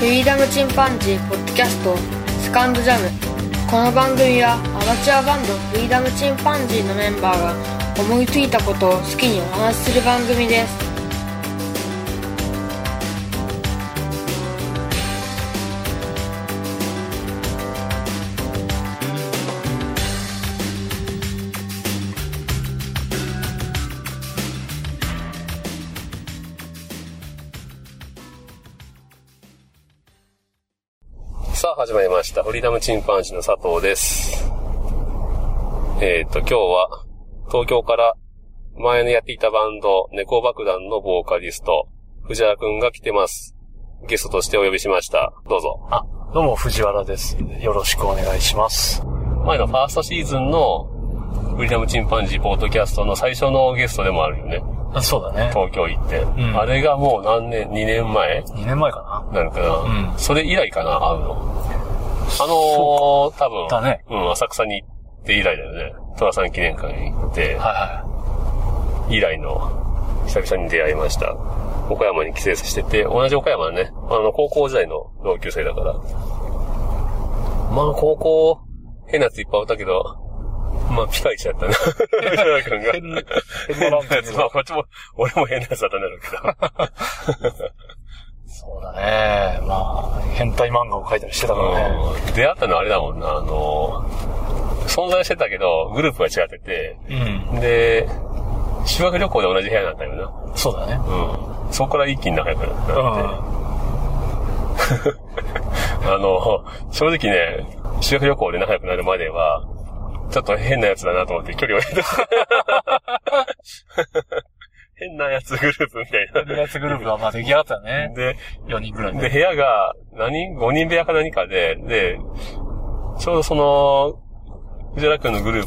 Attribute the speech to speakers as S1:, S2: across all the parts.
S1: フリーダムチンパンジーポッドキャストセカンドジャムこの番組はアマチュアバンドフリーダムチンパンジーのメンバーが思いついたことを好きにお話しする番組です
S2: さあ始まりました。フリーダムチンパンジーの佐藤です。えっ、と、今日は東京から前のやっていたバンド、猫爆弾のボーカリスト、藤原くんが来てます。ゲストとしてお呼びしました。どうぞ。
S3: あ、どうも藤原です。よろしくお願いします。
S2: 前のファーストシーズンのフリーダムチンパンジーポートキャストの最初のゲストでもあるよね。
S3: あそうだね。
S2: 東京行って。
S3: ん
S2: あれがもう何年、2年前
S3: 2年前か
S2: なるかな、
S3: うん
S2: それ以来かな、会うの。あのー、多分。
S3: だね
S2: うん、浅草に行って以来だよね。寅さん記念館に行って
S3: な。、は
S2: 以来の、久々に出会いました。岡山に帰省してて、同じ岡山のね、あの、高校時代の同級生だから。まあ、高校、変なやついっぱいおったけど、まあ、ピカイチだったな。藤原君が。
S3: いはい。 変なランプ
S2: まあ、こっちも、俺も変なやつだったんだろうけど。
S3: そうだね。まあ、変態漫画を描いたりしてたからね。
S2: うん出会ったのあれだもんな、あの、存在してたけど、グループが違ってて、
S3: うん。
S2: で、修学旅行で同じ部屋になったよ
S3: そうだね。
S2: な。うん。そこから一気に仲良くなって
S3: う。ん。
S2: あの、正直ね、修学旅行で仲良くなるまでは、ちょっと変なやつだなと思って距離を置い てた。変なやつグループみたい
S3: とりあえずグループがまあ出来上がった
S2: な。
S3: ね。
S2: で、
S3: 4人ぐらい
S2: で、
S3: で。
S2: 部屋が何、?5 人部屋か何かで、で、ちょうどその、藤原くんのグルー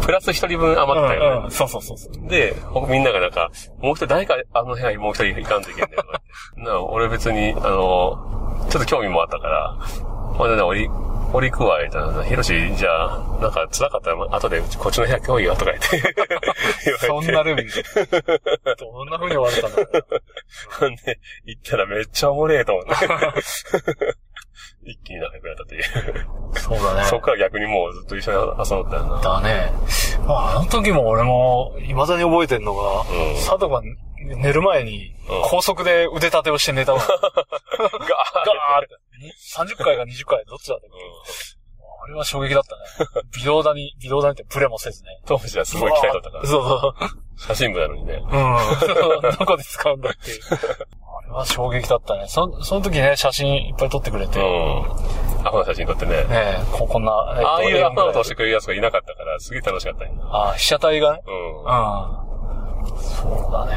S2: プ、プラス1人分余ったよね。
S3: うんうん、そうそうそうそう。
S2: で、ほみんながなんか、もう一人、誰かあの部屋にもう一人いかんといけんだよ。とか言ってなあ俺別に、あの、ちょっと興味もあったから、ほんでね、俺、俺行くわ、みたいな。ヒロシ、じゃあ、なんか辛かったら、後でこっちの部屋来いよ、とか言って。言
S3: そ
S2: わ
S3: ん
S2: れて
S3: なレベルで。 どんな風に終われたんだろう。
S2: ほんで、行ったらめっちゃおもれえと思って。一気に仲良くなったという。
S3: そうだね。
S2: そっから逆にもうずっと一緒に遊んだよな。
S3: だね。まあ、あの時も俺も、未だに覚えてんのが、
S2: ん
S3: 佐藤が寝る前に、高速で腕立てをして 寝たわ。
S2: ガー
S3: ガーって。30回か20回、どっちだったっけあれは衝撃だったね。微動だに、微動だにってプレもせずね。
S2: 当時はすごい期待だったから。
S3: そうそう。
S2: 写真部なのにね。
S3: うん。 どこで使うんだっていう。あれは衝撃だったね。そ、その時ね、写真いっぱい撮ってくれて。
S2: う
S3: ね
S2: ん。アホな写真撮ってね。
S3: え、ここんな、えっと
S2: ああいうアパートをして
S3: て
S2: くれる奴がいなかったから、すげえ楽しかったよな。
S3: ああ、被写体がね。う。
S2: うん
S3: そうだね。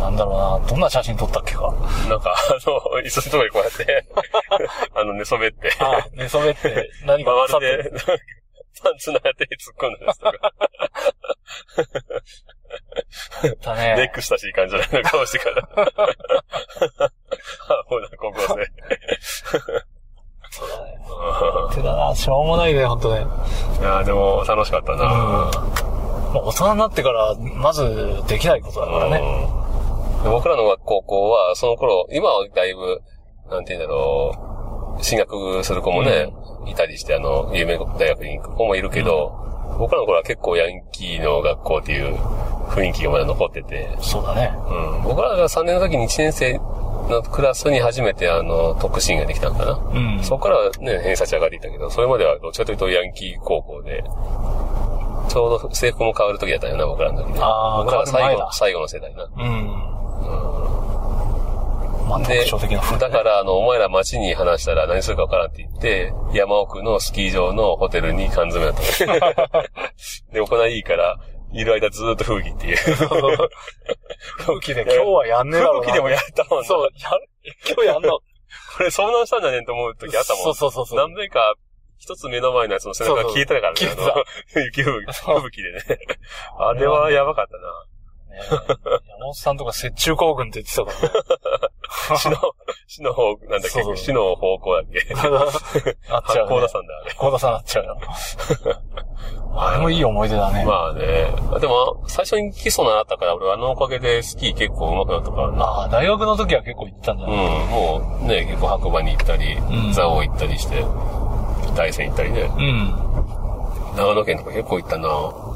S3: なんだろうな。どんな写真撮ったっけか。
S2: ん。なんか、あの、椅 子のとこにこうやって、あの、寝そべ って、
S3: ああ、寝そべって、何か刺さっ
S2: 周
S3: て
S2: りで、なんか パンツの当てに突っ込んだや つとか、
S3: た
S2: ネッ
S3: ね。
S2: クしたしいい感じじゃないの顔して から。 あもうなんか高校生。
S3: そう だね。ってだな。しょうもないね、ほんとね。
S2: いやーでも、楽しかった
S3: うん
S2: な。
S3: まあ、大人になってから、まず、できないことだからね。
S2: うんで僕らの高校は、その頃、今はだいぶ、なんて言うんだろう、進学する子もね、いたりして、あの、有名大学に行く子もいるけど、僕らの頃は結構ヤンキーの学校っていう雰囲気がまだ残ってて、
S3: そうだね。
S2: うん、僕らが3年の時に1年生のクラスに初めてあの、特進ができたのかな。
S3: うん。
S2: そこからはね、偏差値上がっていったけど、それまではどっちかというとヤンキー高校で、ちょうど制服も変わる時だったよな、僕らの時ね。
S3: あー
S2: 僕らは
S3: 変わ
S2: 最
S3: る前
S2: 後、
S3: だ
S2: 最後の世代な。
S3: うん。まあ、特
S2: で、
S3: 徴的な 服
S2: だから、あの、お前ら街に話したら何するかわからんって言って、山奥のスキー場のホテルに缶詰だった。 で、行いいから、いる間ずーっと風紀っていう。
S3: 空気で今日はやんねえだろうな。
S2: 風紀でもやったもんな
S3: そう、やる、今日やんの。
S2: これ遭難したんじゃねえと思う時あったもん。
S3: そうそうそうそう
S2: 何べか、一つ目の前のやつの背中が消えてたからね。
S3: そうそう
S2: あの 雪吹雪吹雪でね。あ れはやばかったな。
S3: ねえ山本さんとか雪中行軍って言ってたからね。
S2: 死の、死の方、なんだっ
S3: そうそう
S2: け、死の方向だ っけ。
S3: あっ
S2: 八
S3: ちゃう、ね。
S2: 甲田山だ、あれ。
S3: 高田さんあっちゃう よ。あれもいい思い出だね。
S2: まあね。でも、最初に基礎習ったから、俺あのおかげでスキー結構上手くなったからな。
S3: ああ、大学の時は結構行ったんだ
S2: うん
S3: ね。、
S2: もうね、結構白馬に行ったり
S3: ん、
S2: 蔵王行ったりして、大山行ったりね。
S3: うん。
S2: 長野県とか結構行ったな。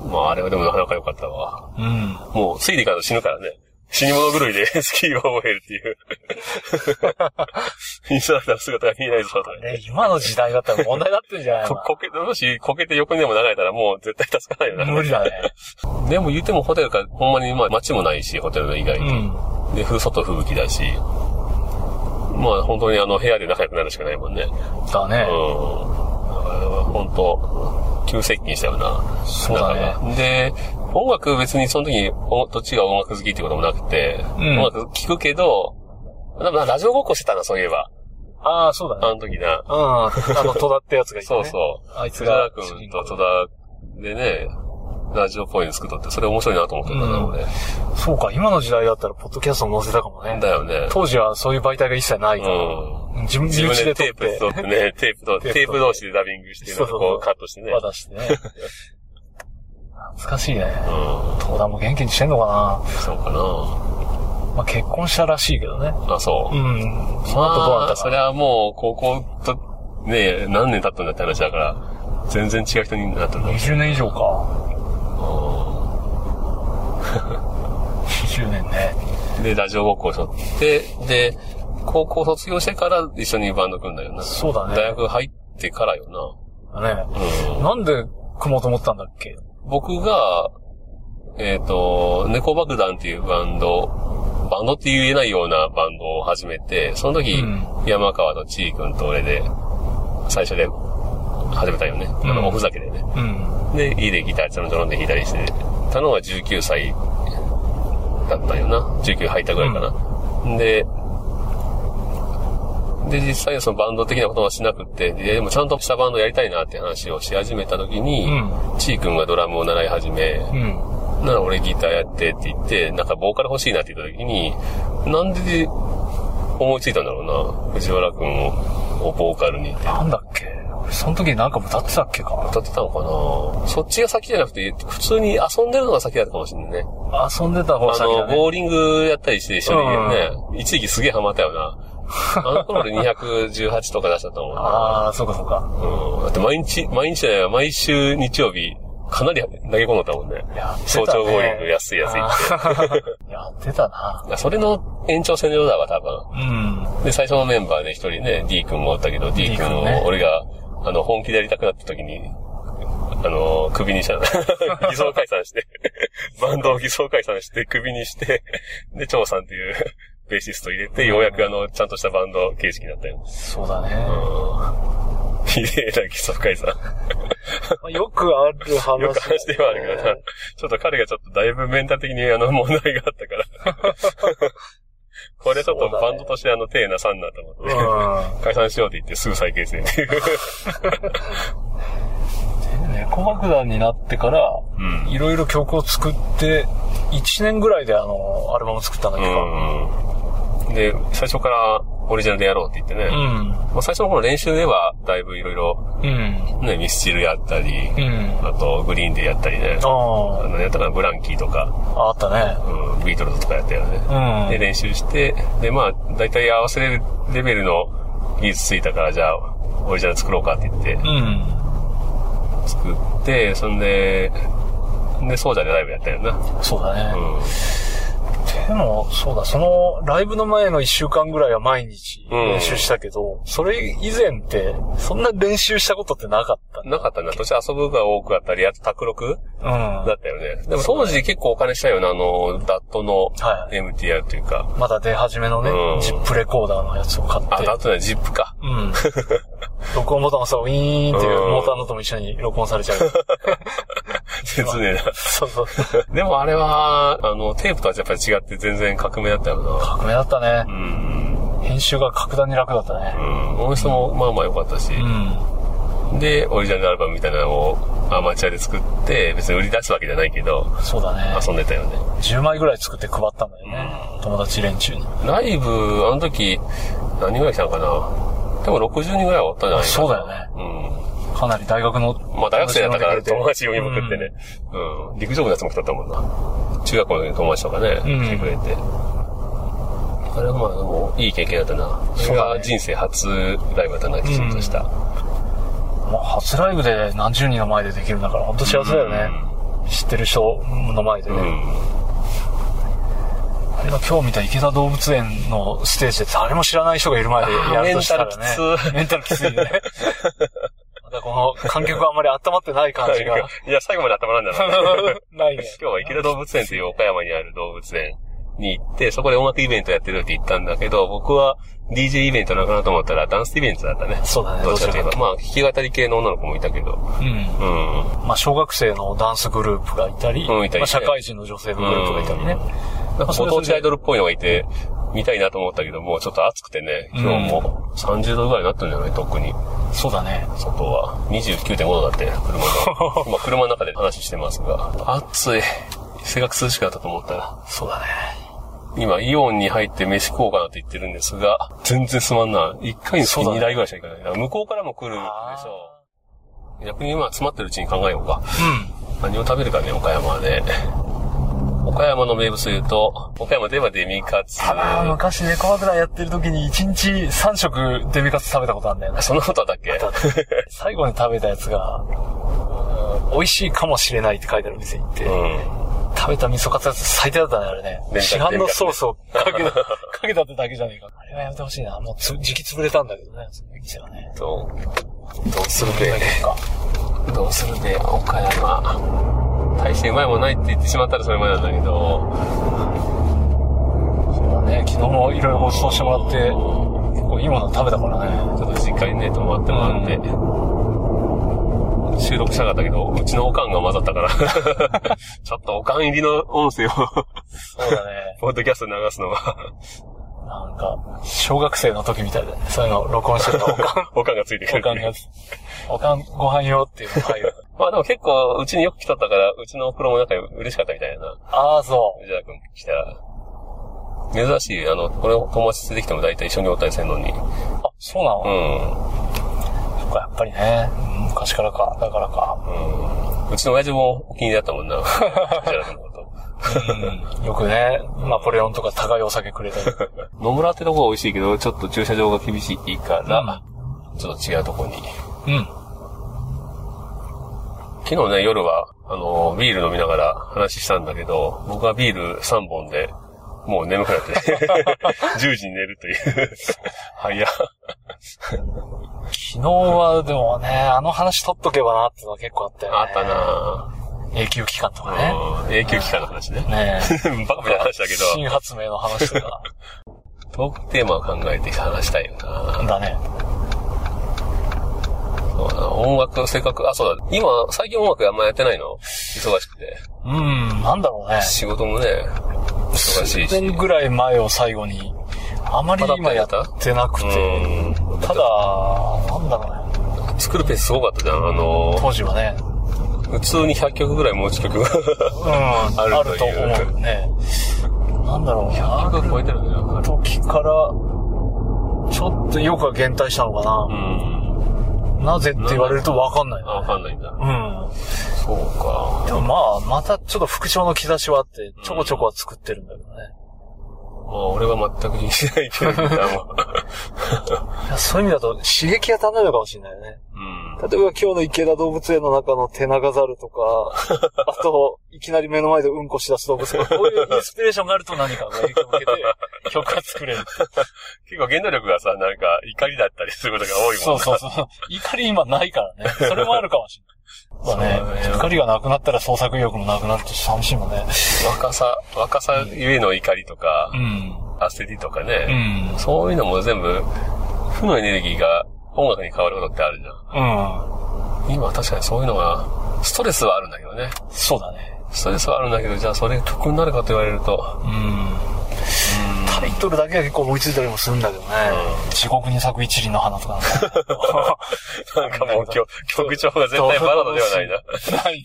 S2: まああれはでもなかなか良かったわ。
S3: うん。
S2: もう、ついでから死ぬからね。死に物狂いで スキーを覚えるっていう。 インストラクターの姿が見えないぞ、とかね。
S3: ね、今の時代だったら問題になってんじゃない
S2: こ
S3: の
S2: こけ、もし、こけて横にでも流れたらもう絶対助かないよな。
S3: 無理だね。
S2: でも言うてもホテルか、ほんまにまあ街もないし、ホテルの以外
S3: う
S2: に。
S3: ん。
S2: で、ふ外吹雪だし。まあ本当にあの部屋で仲良くなるしかないもんね。うん。だか
S3: だね
S2: ら。本当、急接近したよな。
S3: そうだね
S2: 仲がで、音楽別にその時に、おどっちが音楽好きってこともなくて、
S3: うん
S2: 音楽聴くけど、でもなラジオごっこしてたな、そういえば。
S3: ああ、そうだ
S2: あ
S3: ね。
S2: の時な。
S3: うん。あの、戸田ってやつがいた
S2: そ
S3: ね。
S2: うそう。
S3: あいつ
S2: 藤原
S3: が、
S2: 君と戸田でね、ラジオっぽいの作っとって、それ面白いなと思ってた
S3: う
S2: な、
S3: ん
S2: 俺。
S3: そうか、今の時代だったら、ポッドキャストも載せたかもね
S2: だ。よね。
S3: 当時はそういう媒体が一切ないうから。
S2: ん。
S3: 自分
S2: 自
S3: 身
S2: 分
S3: 内
S2: で
S3: で
S2: テー
S3: 撮っ
S2: プ
S3: て、
S2: 取ってね、テープと、
S3: テープ取って
S2: テープ同士でダビングして、なんか
S3: そう
S2: こ
S3: そう
S2: うカットしてね。
S3: 渡して ね。懐かしいね。
S2: うん、
S3: 戸田も元気にしてんのか
S2: そうか
S3: なまあ、結婚したらしいけどね。
S2: なあ、そうう。
S3: ん。その後どうな
S2: ま
S3: っ
S2: あ、
S3: た
S2: そ
S3: か
S2: れ
S3: な。
S2: はもう、高校と、ね、何年経ったんだって話だから、全然違う人になったんだ。
S3: 20年以上か。
S2: う
S3: 20年ね。
S2: んで、ラジオごっこをしとって、で、高校卒業してから一緒にバンド組んだよな。
S3: そうだね。
S2: 大学入ってからよ
S3: ね。
S2: な。うん。
S3: なんで組もうと思ったんだっけ
S2: 僕が、えっ、と、猫爆弾っていうバンド、バンドって言えないようなバンドを始めて、その時、
S3: うん
S2: 山川とちーくんと俺で、最初で始めたよね。あ
S3: うん
S2: の、おふざけでね。
S3: うん。
S2: で、家でギターちょろちょろんで弾いたりしてたのは19歳だったよな。19入ったぐらいかな。で、で、実際そのバンド的なことはしなくて、ででもちゃんとしたバンドやりたいなって話をし始めた時に、
S3: うん
S2: ちーくんがドラムを習い始め、
S3: うん。
S2: なら俺ギターやってって言って、なんかボーカル欲しいなって言った時に、なんで思いついたんだろうな。藤原くんををボーカルにって。
S3: なんだっけ俺その時なんか歌ってたっけか
S2: 歌ってたのかなそっちが先じゃなくて、普通に遊んでるのが先だったかもしれないね。
S3: 遊んでた方が
S2: あ
S3: 先だ
S2: の、
S3: ね。
S2: ボーリングやったりして一緒にね、一時期すげえハマったよな。あの頃俺218とか出しちゃったもんな。
S3: ああ、そうかそうか。
S2: うん。だって毎日、毎日じゃないわ毎週日曜日、かなり投げ込んだったもんね。
S3: やってたね
S2: 早朝ボーリング安いやつ行って。
S3: あー やってたな。
S2: いやそれの延長線上だわ、多分。
S3: うん。
S2: で、最初のメンバーで一人ね、D 君もおったけど、D 君
S3: D 君ね
S2: を俺が、あの、本気でやりたくなった時に、あの、首 にしたの。偽装解散して。バンドを偽装解散して、首にして、で、張さんっていうベーシスト入れて、ようやくあの、ちゃんとしたバンド形式になったよ。
S3: そうだね。
S2: 綺麗な偽装解散。
S3: まあよくある話だね、
S2: よく話ではあるからな。ちょっと彼がちょっとだいぶメンタル的にあの問題があったから。 これちょっとバンドとしてあの、手なさんなと思って。解散しようって言ってすぐ再結成っていう。
S3: うん。で猫爆弾になってから、
S2: うん。
S3: いろいろ曲を作って、1年ぐらいであの、アルバム作ったんだっけど。
S2: うん。で、最初からオリジナルでやろうって言ってね。
S3: うん。
S2: まあ最初の頃練習ではだいぶいろいろ、
S3: うん。
S2: ね、ミスチルやったり、
S3: うん。
S2: あとグリーンでやったりね。あ
S3: あ
S2: の、やったかな、ブランキーとか、
S3: あ、あったね。
S2: うん、ビートルズとかやったよね。
S3: うん。
S2: で、練習して、で、まあ、だいたい合わせれるレベルの技術ついたから、じゃあ、オリジナル作ろうかって言って、
S3: うん。
S2: 作って、そんで、で、そうじゃねライブやったよな。
S3: そうだね。
S2: うん。
S3: でも、そうだ、その、ライブの前の一週間ぐらいは毎日
S2: うん
S3: 練習したけど、それ以前って、そんな練習したことってなかった
S2: なかったな。途中遊ぶが多くあったり、あと卓録
S3: うん。
S2: だったよね。でも当時結構お金したよね、あの、ダットの
S3: はい
S2: MTR というか。
S3: まだ出始めのね、
S2: うん
S3: ジップレコーダーのやつを買って。
S2: あ、ダットじゃない、ジップ か。
S3: うん。録音ボタンをさ、ウィーンっていう
S2: うん
S3: モーターの音も一緒に録音さ れちゃう。
S2: 切ね
S3: そうそう。
S2: えな。でもあれは、あの、テープとはやっぱり違って全然革命だったよな。
S3: 革命だったね
S2: う。ん。
S3: 編集が格段に楽だったね
S2: う。ん。音質もまあまあ良かったし。
S3: うん。
S2: で、オリジナルアルバムみたいなのをアマチュアで作って、別に売り出すわけじゃないけど、
S3: そうだね。
S2: 遊んでたよね。
S3: 10枚ぐらい作って配ったんだよね。友達連中に。
S2: ライブ、あの時、何人ぐらい来たのかなでも60人ぐらいはおったんじゃないかな
S3: そうだよね。かなり大学の。
S2: うん。まあ大学生だったから友達
S3: を
S2: 4人も食ってね。。うん。陸上部のやつも来たったもんな。中学校の時の友達とかね、
S3: うん
S2: 来てくれて。あれはまあ、でもいい経験だったな。そ
S3: そう
S2: れ
S3: だね
S2: が人生初ライブだったな、きちんとした。
S3: まあ、初ライブで何十人の前でできるんだから、本当幸せだよね。知ってる人の前で
S2: うん。
S3: ね。あれが今日見た池田動物園のステージで誰も知らない人がいる前でやるとしたらね。メンタルきついね。 またこの観客があんまり温まってない感じが。
S2: いや、最後まで頭なんだな。
S3: ないね。
S2: 今日は池田動物園という岡山にある動物園に行って、そこで音楽イベントやってるって言ったんだけど、僕は DJ イベントなのかなと思ったらダンスイベントだったね。
S3: そうだね、
S2: ど
S3: ど
S2: っ
S3: う
S2: ち
S3: し
S2: か
S3: よ
S2: といえば。ま
S3: う
S2: あ、弾き語り系の女の子もいたけど。
S3: うん。
S2: うん。
S3: まあ、小学生のダンスグループがいたり、
S2: うんいたりね
S3: まあ、社会人の女性のグループがいたりね。
S2: なんかご当地アイドルっぽいのがいて、見たいなと思ったけど、もうちょっと暑くてね、今日も30度ぐらいになってるんじゃない特に。
S3: そうだね。
S2: 外は。29.5度だって、車 の。今、車の中で話してますが。暑い。せっかく涼しくなったと思ったら。
S3: そうだね。
S2: 今、イオンに入って飯食おうかなって言ってるんですが、全然すまんな。一回につき2台ぐらいしか行かない。だから向こうからも来るでしょう。逆に今、詰まってるうちに考えようか。何を食べるかね、岡山で。岡山の名物言うと、岡山で言えばデミカツ。
S3: ただ、昔猫枕やってる時に1日3食デミカツ食べたことあるんだよね。
S2: そんなことあったっけ
S3: 最後に食べたやつが、うん美味しいかもしれないって書いてある店行って、
S2: うん。
S3: 食べた味噌カツやつ最低だったね、あれね。
S2: ね
S3: 市販のソースをかけた、か けたってだけじゃねえか。あれはやめてほしいな。もうつ、時期潰れたんだけどね、その店はね。
S2: と、どうする
S3: どう
S2: べ
S3: い。うか。
S2: どうするべ、岡山。大してうまいもんないって言ってしまったらそれまでなんだけど、
S3: そうだね、昨日もいろいろご馳走してもらって、結構いいもの食べたからね。
S2: ちょっと実家にね、泊まってもらって、収録したかったけど、うちのおかんが混ざったから、 ちょっとおかん入りの音声を、
S3: そうだね。
S2: ポッドキャストに流すのは、
S3: なんか、小学生の時みたいだね。そういうのを録音してたおか
S2: おかんがついてく
S3: ん、
S2: る。
S3: おかんが、おかんご飯用っていうのが入る。
S2: まあでも結構、うちによく来とったから、うちのお風呂もなんか嬉しかったみたいな。
S3: ああ、そう。
S2: 藤田君来たら、珍しい、あの、これ友達連れてきても大体一緒におったりせんのに。う
S3: あ、そうなの、
S2: ん。
S3: そっか、やっぱりね。うん昔からか、だからか。
S2: うちの親父もお気に入りだったもんな。 藤田君のこと。
S3: うんよくね、ナポレオンとか高いお酒くれ たり。
S2: 野村ってとこは美味しいけど、ちょっと駐車場が厳しいから、ちょっと違うとこに。
S3: うん。
S2: 昨日ね、夜は、あの、ビール飲みながら話したんだけど、僕はビール3本で、もう眠くなって、10時に寝るという。 早っ。
S3: 昨日はでもね、あの話取っとけばなってのは結構あったよね。
S2: あったな
S3: 永久期間とかね。
S2: ぁ。うん永久期間の話ね。
S3: ねえ。
S2: バカみたいな話だけど。
S3: 新発明の話とか。
S2: トークテーマを考えて話したいよな。
S3: だね。
S2: そうだな音楽、せっかく、あ、そうだ。今、最近音楽あんまやってないの忙しくて。
S3: うん、なんだろうね。
S2: 仕事もね、忙しいし。
S3: 10年ぐらい前を最後に、あまり今やってなくて。
S2: うん。
S3: ただ、なんだろうね。
S2: 作るペースすごかったじゃん。あの、
S3: 当時はね。
S2: 普通に100曲ぐらいもう1曲。
S3: うん、あ
S2: る
S3: ると
S2: という
S3: 思うね。なんだろうな。
S2: 100曲超えてるね、やっぱり
S3: 時から、ちょっとよくは減退したのか
S2: う
S3: な。
S2: ん。
S3: なぜって言われるとわかんない
S2: あ、わかんないんだ。
S3: な。うん。
S2: そうか。
S3: でもまあ、またちょっと復調の兆しはあって、ちょこちょこは作ってるんだけどね。
S2: まあ、俺は全く気にしない けど、ギターも
S3: いやそういう意味だと刺激が足んないのかもしれないよね。
S2: うん。
S3: 例えば今日の池田動物園の中のテナガザルと か、あと、いきなり目の前でうんこし出す動物とか、こういうインスピレーションがあると何かが影響を受けて、曲が作れる。
S2: 結構原動力がさ、なんか怒りだったりすることが多い
S3: そ
S2: もん
S3: うそうそう。怒り今ないからね。それもあるかもしれない。
S2: そう
S3: まあ
S2: だ
S3: ね
S2: ね
S3: 怒りがなくなったら創作意欲もなくなると寂しいもんね。
S2: 若さ、若さゆえの怒りとか
S3: う、ん。
S2: 焦りとかね。
S3: うん。
S2: そういうのも全部、負のエネルギーが音楽に変わることってあるじゃ
S3: うん。
S2: ん。今は確かにそういうのが、ストレスはあるんだけどね。
S3: そうだね。
S2: ストレスはあるんだけど、じゃあそれが曲になるかと言われると、
S3: うん。ただイトルだけは結構思いついたりもするんだけどね。地獄に咲く一輪の花とか
S2: なんか もう曲曲調が絶対バラードではないな。
S3: な。ないね。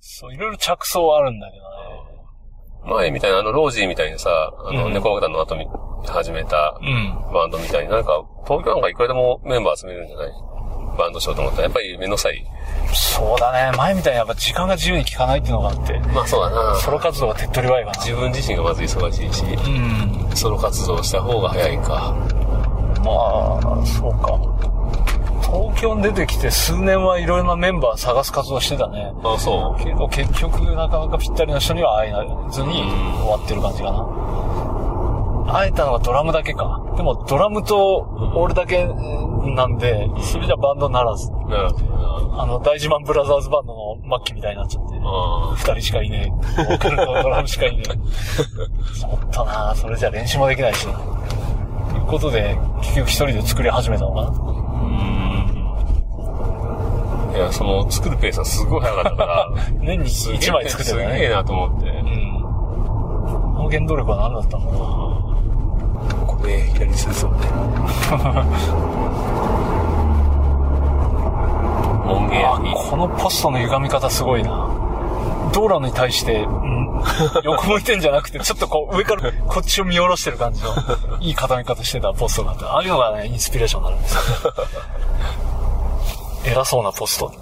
S3: そう、いろいろ着想はあるんだけどね。
S2: 前みたいな、あの、ロージーみたいにさ、あの、
S3: うん
S2: 猫爆弾の後に始めた
S3: うん。
S2: バンドみたいに、なんか、東京なんかいくらでもメンバー集めるんじゃないバンドしようと思ったら、やっぱり目の際。
S3: そうだね。前みたいにやっぱ時間が自由に効かないっていうのがあって、
S2: まあそうだな。
S3: ソロ活動は手っ取り早いか
S2: 自分自身がまず忙しいし、
S3: な。うん。
S2: ソロ活動した方が早いか。
S3: まあ、そうか。東京に出てきて数年はいろいろなメンバー探す活動してたね。
S2: あ、そ
S3: けど結局なかなかぴったりの人には会えずに
S2: ん
S3: 終わってる感じかな。会えたのはドラムだけか。でもドラムと俺だけなんで、それじゃバンドならず。
S2: う。なるほどな。
S3: あの、大自慢ブラザーズバンドの末期みたいになっちゃって。
S2: あ
S3: 二人しかいねえ。ボーカルとドラムしかいねえ。ちょっとなあそれじゃ練習もできないし。ということで、結局一人で作り始めたのかな。
S2: あ。いや、その、作るペースはすごい早かったから、
S3: 年に
S2: すげえ
S3: 1枚作って
S2: す
S3: る
S2: げ
S3: ね。
S2: えなと思って
S3: う。ん。この原動力は何だったんだろ
S2: これ、左にするぞね。音
S3: う。あ
S2: 源に、
S3: このポストの歪み方すごいな。道路に対して、うん 横向いてんじゃなくて、ちょっとこう上 からこっちを見下ろしてる感 じの、いい固め方してたポストがあって、ああいうのがね、インスピレーションになるん ですよ。偉そうなポストってい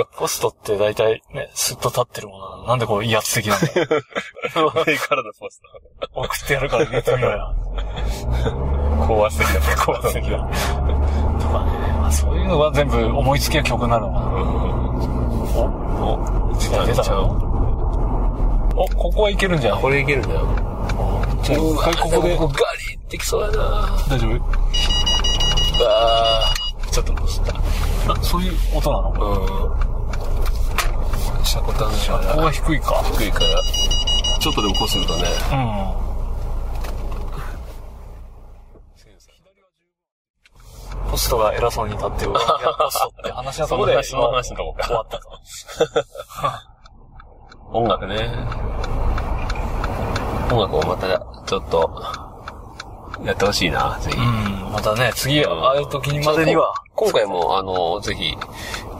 S3: う。ポストって大体ね、すっと立ってるものなのになんでこう威圧的なんだ よ
S2: 上からのポス
S3: 送ってやるから入れてみろよ。
S2: ター。高圧的なポスター。
S3: 怖すぎる。とかね、まあそういうのが全部思いつきが曲になるのかな。
S2: お、時
S3: 出たお、ここはいけるんじゃない
S2: これいけるんだよ。
S3: じゃあ一回ここで
S2: ガ。リってきそうだな
S3: 大丈夫
S2: あーちょっともうした。
S3: あ、そういう音なのこ
S2: うん。したことあるじゃ
S3: こ
S2: な
S3: が低いか。
S2: 低いから。ちょっとでもこうするとね。
S3: うん。ポストが偉そうに立って る。いや、ポストって話し合った
S2: そこで、その話のとこ
S3: 終わったと。
S2: 音楽ね。音楽をまた、ちょっと、やってほしいな、ぜひ。
S3: うん。またね、次、ああいう時にまでには。
S2: 今回も、あの、ぜひ、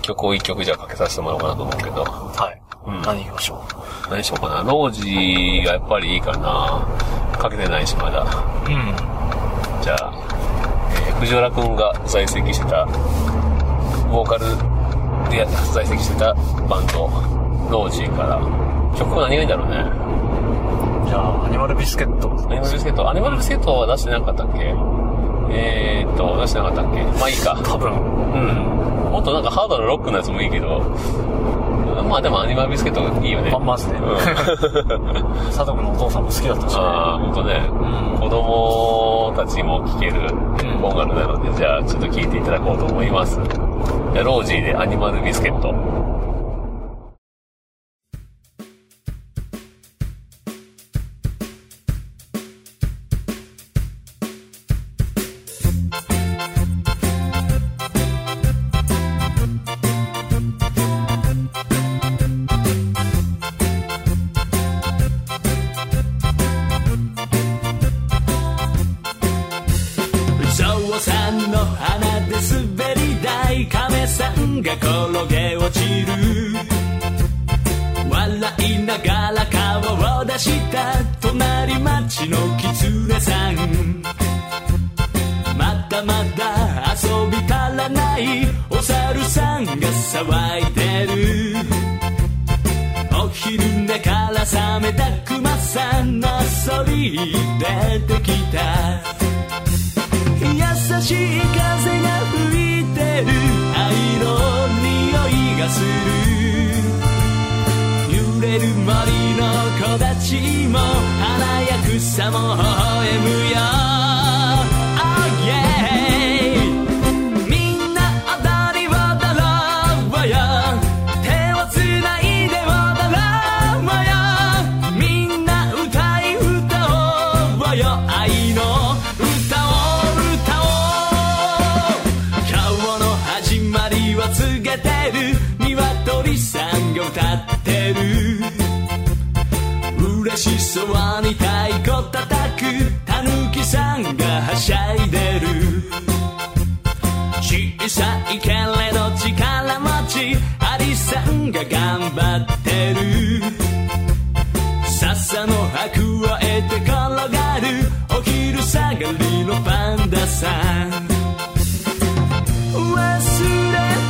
S2: 曲を一曲じゃあかけさせてもらおうかなと思うけど。
S3: はい。
S2: うん
S3: 何行きましょ
S2: 何しようかな。ロージーがやっぱりいいかな。かけてないし、まだ。
S3: う。うん。
S2: じゃあ、えー藤原くんが在籍してた、ボーカルで在籍してたバンド、ロージーから、曲は何がいいんだろうね。
S3: じゃあ、アニマルビスケット。
S2: アニマルビスケット、アニマルビスケットは出してなかったっけえー、っと、出してなかったっけまあいいか。
S3: 多分。
S2: うん。もっとなんかハードなロックのやつもいいけど、まあでもアニマルビスケットがいいよね。
S3: バンマスで。
S2: うん
S3: 佐藤君のお父さんも好きだったしね。
S2: ああ、ほんとね、
S3: うん
S2: 子供たちも聴ける音楽なので、じゃあちょっと聴いていただこうと思います。じゃあロージーでアニマルビスケット。
S4: ゾウさんの鼻で滑り台亀さんが転げ落ちる笑いながら顔を出した隣町の狐さんまだまだ遊び足らないお猿さんが騒いでるお昼寝から覚めたクマさんのっそり出てきた優しい風が吹いてる愛の匂いがする揺れる森の木立も華やくさも微笑むよ Oh yeah みんな踊り踊ろうよ手をつないで踊ろうよみんな歌い歌おうよ愛の歌を歌おう今日の始まりは告げてる鶏さんが歌ってる嬉しそうに太鼓叩くさんがはしゃいでる小さいけれど力持ちアリさんが頑張ってる笹の葉くわえて転がるお昼下がりのパンダさん忘れ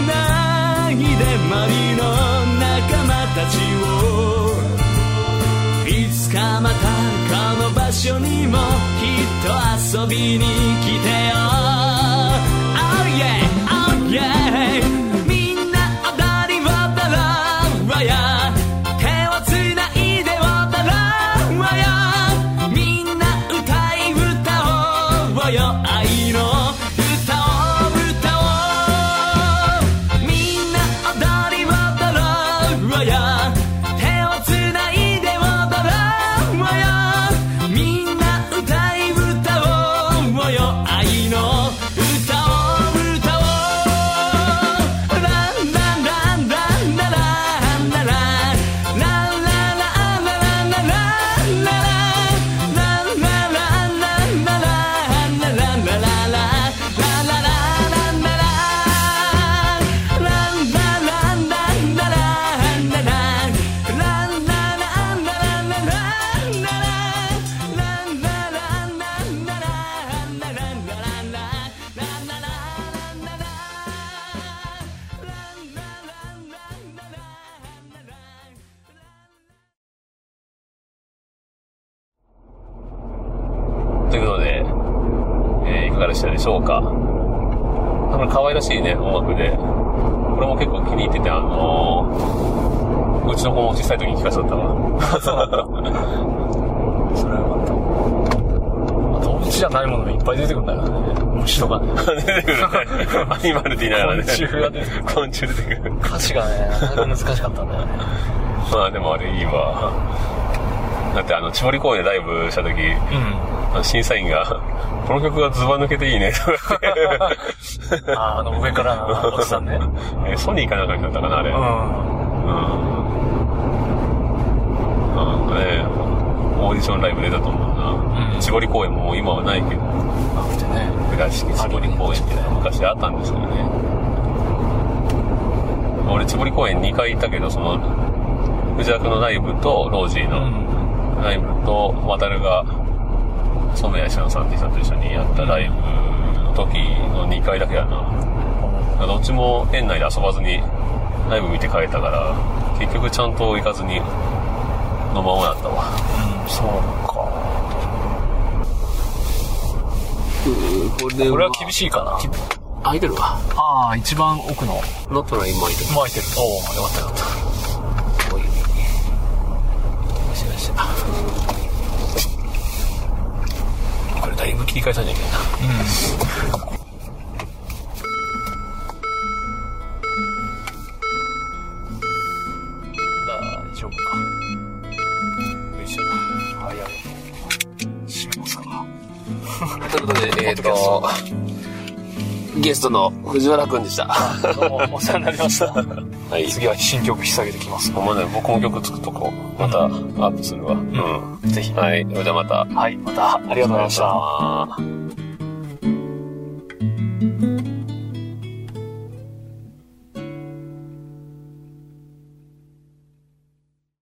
S4: ないでマリの仲間たちをいつかまたこの場所にもきっと遊びに来てよ Oh yeah, oh yeah みんな踊り踊ろうわや手をつないで踊ろうわよみんな歌い歌おうよ愛の歌を歌おうみんな踊り踊ろうわよ手をつないで踊ろうわよみんな歌い歌おうよ愛の歌を歌おうララララララララ
S2: ということで、えーいかがでしたでしょうか。あの、可愛らしいね、音楽で。これも結構気に入ってて、あのーうちの子も小さい時に聴かせちゃったわ。
S3: それはよかった。あと、お家じゃないものがいっぱい出てくるんだからね。虫とか ね。
S2: 出 てくるね。アニマルって言いながらね。
S3: 昆虫が出てくる
S2: 昆虫出てくる。
S3: 歌詞がね、なかなか難しかったんだよね。
S2: まあでもあれいいわ。だってあの、千堀公園でライブした時、
S3: うん。
S2: あの審査員が、この曲がズバ抜けて いいね、とか言って。
S3: ああの、上からのおじさんね。うん。
S2: えーソニーかなんかになったかな、あれ。
S3: あ
S2: うんね、オーディションライブ出たと思うな、
S3: うん
S2: 千堀公園ももう今はないけど
S3: ってね。
S2: 倉敷千堀公園っていうのは昔あったんですけどね俺千堀公園2回行ったけどその藤原君のライブとロージー
S3: う
S2: の
S3: ん。
S2: ライブと渡るが染谷しのさんって人と一緒にやったライブの時の2回だけやなどっちも園内で遊ばずにライブ見て帰ったから結局ちゃんと行かずにのままだったわ
S3: そうか。
S2: これ
S3: これは厳しいかな。
S2: 空いてるわ
S3: ああ、一番奥の。
S2: ノットラインも空いてる
S3: 巻いてる。おお、よかったよかっ
S2: こういうよしよしこれだいぶ切り替えたんじゃいけないな
S3: た。大丈夫か。
S2: よいしょ
S3: 早い。締めのさが。
S2: ということでえっ、とゲストの藤原くんでしたは
S3: どうも、お世話になりました。
S2: い
S3: 次は新曲引っ提げてきます。
S2: まだ僕も曲作っとこうまたアップするわうん、
S3: ぜひ。
S2: はいじゃあまた
S3: はい、また、ありがとうございました。
S2: た